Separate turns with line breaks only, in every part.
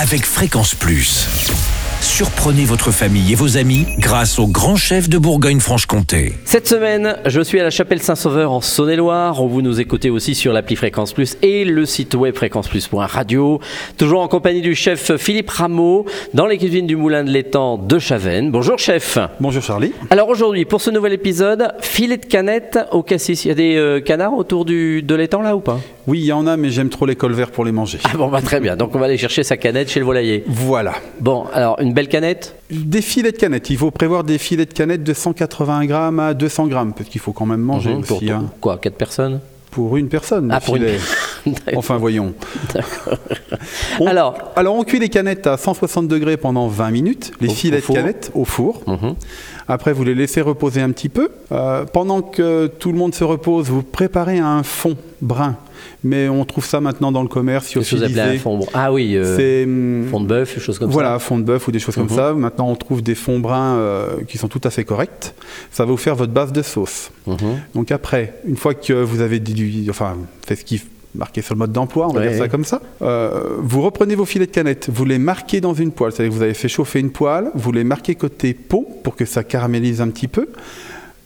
avec Fréquence Plus. Surprenez votre famille et vos amis grâce au grand chef de Bourgogne-Franche-Comté.
Cette semaine, je suis à la Chapelle Saint-Sauveur en Saône-et-Loire, où vous nous écoutez aussi sur l'appli Fréquence Plus et le site web fréquenceplus.radio. Toujours en compagnie du chef Philippe Rameau dans les cuisines du Moulin de l'Étang de Chavennes. Bonjour chef.
Bonjour Charlie.
Alors aujourd'hui, pour ce nouvel épisode, filet de canette au cassis. Il y a des euh, canards autour du, de l'étang là ou pas
Oui, il y en a, mais j'aime trop les cols verts pour les manger.
Ah bon, bah très bien. Donc on va aller chercher sa canette chez le volailler.
Voilà.
Bon, alors une belle canette
Des filets de canettes. Il faut prévoir des filets de canettes de 180 grammes à 200 grammes, parce qu'il faut quand même manger
Mhm, pour
aussi,
tout-
hein.
Quoi, quatre personnes
Pour une personne. le
Ah, pour une
filet.
D'accord.
Enfin, voyons. On-
Alors,
Alors, on cuit les canettes à 160 degrés pendant 20 minutes, les
Au-
filets
au four.
de canettes au four.
Mhm.
Après, vous les laissez reposer un petit peu. Euh, pendant que tout le monde se repose, vous préparez un fond brun. Mais on trouve ça maintenant dans le commerce,
qu'est-ce que vous appelez un
lyophilisé.
fond bon, Ah oui, euh,
C'est hum,
fond de bœuf, des choses comme
voilà,
ça. Mhm.
fond de bœuf ou des choses comme ça. Maintenant, on trouve des fonds bruns euh, qui sont tout à fait corrects. Ça va vous faire votre base de sauce.
Mhm.
Donc après, une fois que vous avez déduit, enfin, fait ce qui est marqué sur le mode d'emploi, on va
Ouais,
dire ça
ouais.
comme ça, euh, vous reprenez vos filets de canette, vous les marquez dans une poêle, c'est-à-dire que vous avez fait chauffer une poêle, vous les marquez côté peau pour que ça caramélise un petit peu,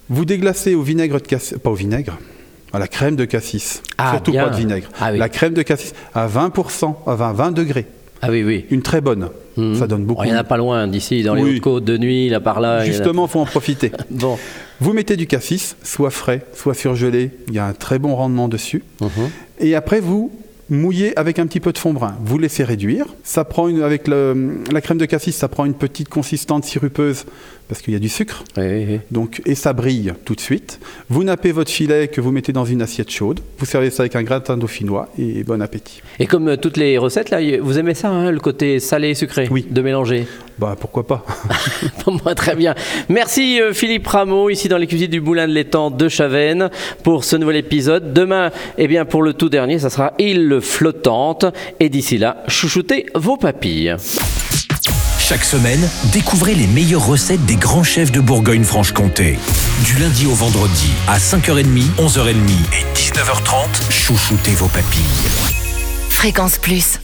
vous déglacez au vinaigre de cassis, pas au vinaigre, à la crème de cassis,
Ah,
surtout
bien.
pas de vinaigre,
Ah oui.
la crème de cassis à 20%, à 20, 20 degrés,
Ah oui, oui.
une très bonne, ça donne beaucoup.
Mhm. Oh, Il n'y en a pas loin d'ici, dans les
Oui.
Hautes-Côtes, de nuit, là par là. il y en a-
Justement, faut en profiter.
Bon.
Vous mettez du cassis, soit frais, soit surgelé. Il y a un très bon rendement dessus.
Mhm.
Et après, vous mouillez avec un petit peu de fond brun. Vous laissez réduire. Ça prend une, avec le- la crème de cassis, ça prend une petite consistance sirupeuse parce qu'il y a du sucre.
Oui, oui, oui.
Donc, et ça brille tout de suite. Vous nappez votre filet que vous mettez dans une assiette chaude. Vous servez ça avec un gratin dauphinois et bon appétit.
Et comme euh, toutes les recettes, là, y- vous aimez ça, hein, le côté salé et sucré
Oui.
de mélanger
Bah pourquoi pas
Pour moi, très bien. Merci euh, Philippe Rameau, ici dans les cuisines du Moulin de l'Étang de Chavennes, pour ce nouvel épisode. Demain, eh bien, pour le tout dernier, ça sera Île flottante. Et d'ici là, chouchoutez vos papilles.
Chaque semaine, découvrez les meilleures recettes des grands chefs de Bourgogne-Franche-Comté. Du lundi au vendredi, à 5h30, 11h30 et 19h30, chouchoutez vos papilles.
Fréquence Plus.